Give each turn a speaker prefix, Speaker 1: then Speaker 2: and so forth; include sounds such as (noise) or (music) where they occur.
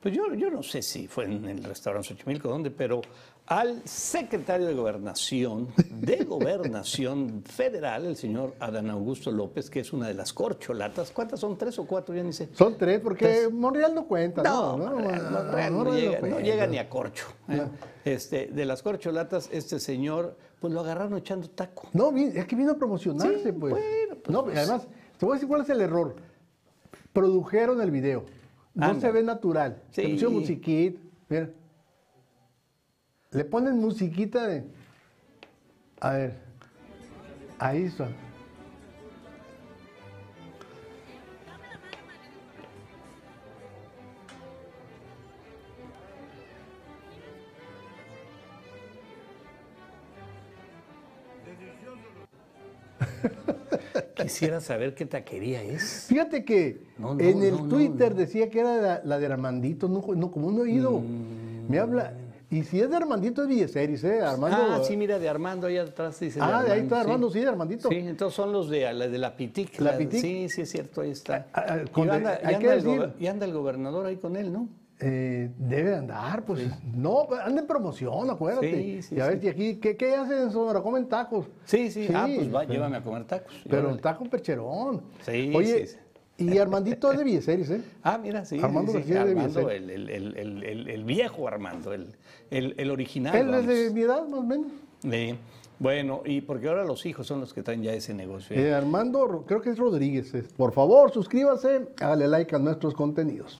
Speaker 1: Pues yo, yo no sé si fue en el restaurante Xochimilco o dónde, pero al secretario de Gobernación,
Speaker 2: (laughs)
Speaker 1: de Gobernación Federal, el señor Adán Augusto López, que es una de las corcholatas. ¿Cuántas son? ¿Tres o cuatro? Ya ni sé.
Speaker 2: Son tres, porque Monreal no cuenta.
Speaker 1: No,
Speaker 2: No,
Speaker 1: Monreal, Monreal no, llega, no llega ni a corcho. ¿eh? Este, de las corcholatas, este señor, pues lo agarraron echando taco.
Speaker 2: No, vi- es que vino a promocionarse,
Speaker 1: Sí,
Speaker 2: pues.
Speaker 1: bueno, pues,
Speaker 2: No,
Speaker 1: pues.
Speaker 2: además, te voy a decir cuál es el error. Produjeron el video. No
Speaker 1: Anda.
Speaker 2: se ve natural.
Speaker 1: Sí.
Speaker 2: Le pusieron musiquita. Mira. Le ponen musiquita de. A ver. Ahí está.
Speaker 1: Quisiera saber qué taquería es.
Speaker 2: Fíjate que
Speaker 1: No, no,
Speaker 2: en el
Speaker 1: no, no,
Speaker 2: Twitter decía que era la, la de Armandito. No, no, como no he ido.
Speaker 1: Mm.
Speaker 2: Me habla. Y si es de Armandito, es Villeseris, ¿eh? Armando.
Speaker 1: ah, sí, mira, de Armando ahí atrás dice. de
Speaker 2: Ah, de ahí está Armando,
Speaker 1: sí.
Speaker 2: sí, de Armandito.
Speaker 1: Sí, entonces son los de la, de la Pitic.
Speaker 2: La
Speaker 1: la-
Speaker 2: Pitic.
Speaker 1: Sí, sí, es cierto, ahí está.
Speaker 2: Ah, ah,
Speaker 1: y,
Speaker 2: con-
Speaker 1: anda, y
Speaker 2: hay
Speaker 1: anda
Speaker 2: que
Speaker 1: el gober-
Speaker 2: decir.
Speaker 1: y anda el gobernador ahí con él, ¿no?
Speaker 2: Eh, debe de andar, pues. No, pues, anda en promoción, acuérdate.
Speaker 1: Sí, sí,
Speaker 2: y a ver,
Speaker 1: sí.
Speaker 2: y aquí, ¿qué, qué hacen en Sonora? Comen tacos.
Speaker 1: Sí, sí. ah, pues va,
Speaker 2: pero-
Speaker 1: llévame a comer tacos. y
Speaker 2: Pero
Speaker 1: órale.
Speaker 2: taco percherón.
Speaker 1: Sí,
Speaker 2: Oye,
Speaker 1: sí,
Speaker 2: y Armandito es de Villeseris, ¿eh?
Speaker 1: Ah, mira, sí.
Speaker 2: Armando
Speaker 1: sí, sí,
Speaker 2: García de
Speaker 1: Armando, el,
Speaker 2: Villasel.
Speaker 1: el- el- el- el- el viejo Armando, el, el- el original.
Speaker 2: Él es
Speaker 1: Ah, vamos.
Speaker 2: de mi edad, más o menos.
Speaker 1: Sí. Bueno, y porque ahora los hijos son los que traen ya ese negocio. ¿eh?
Speaker 2: Eh, Armando, creo que es Rodríguez. es. Por favor, suscríbase, dale like a nuestros contenidos.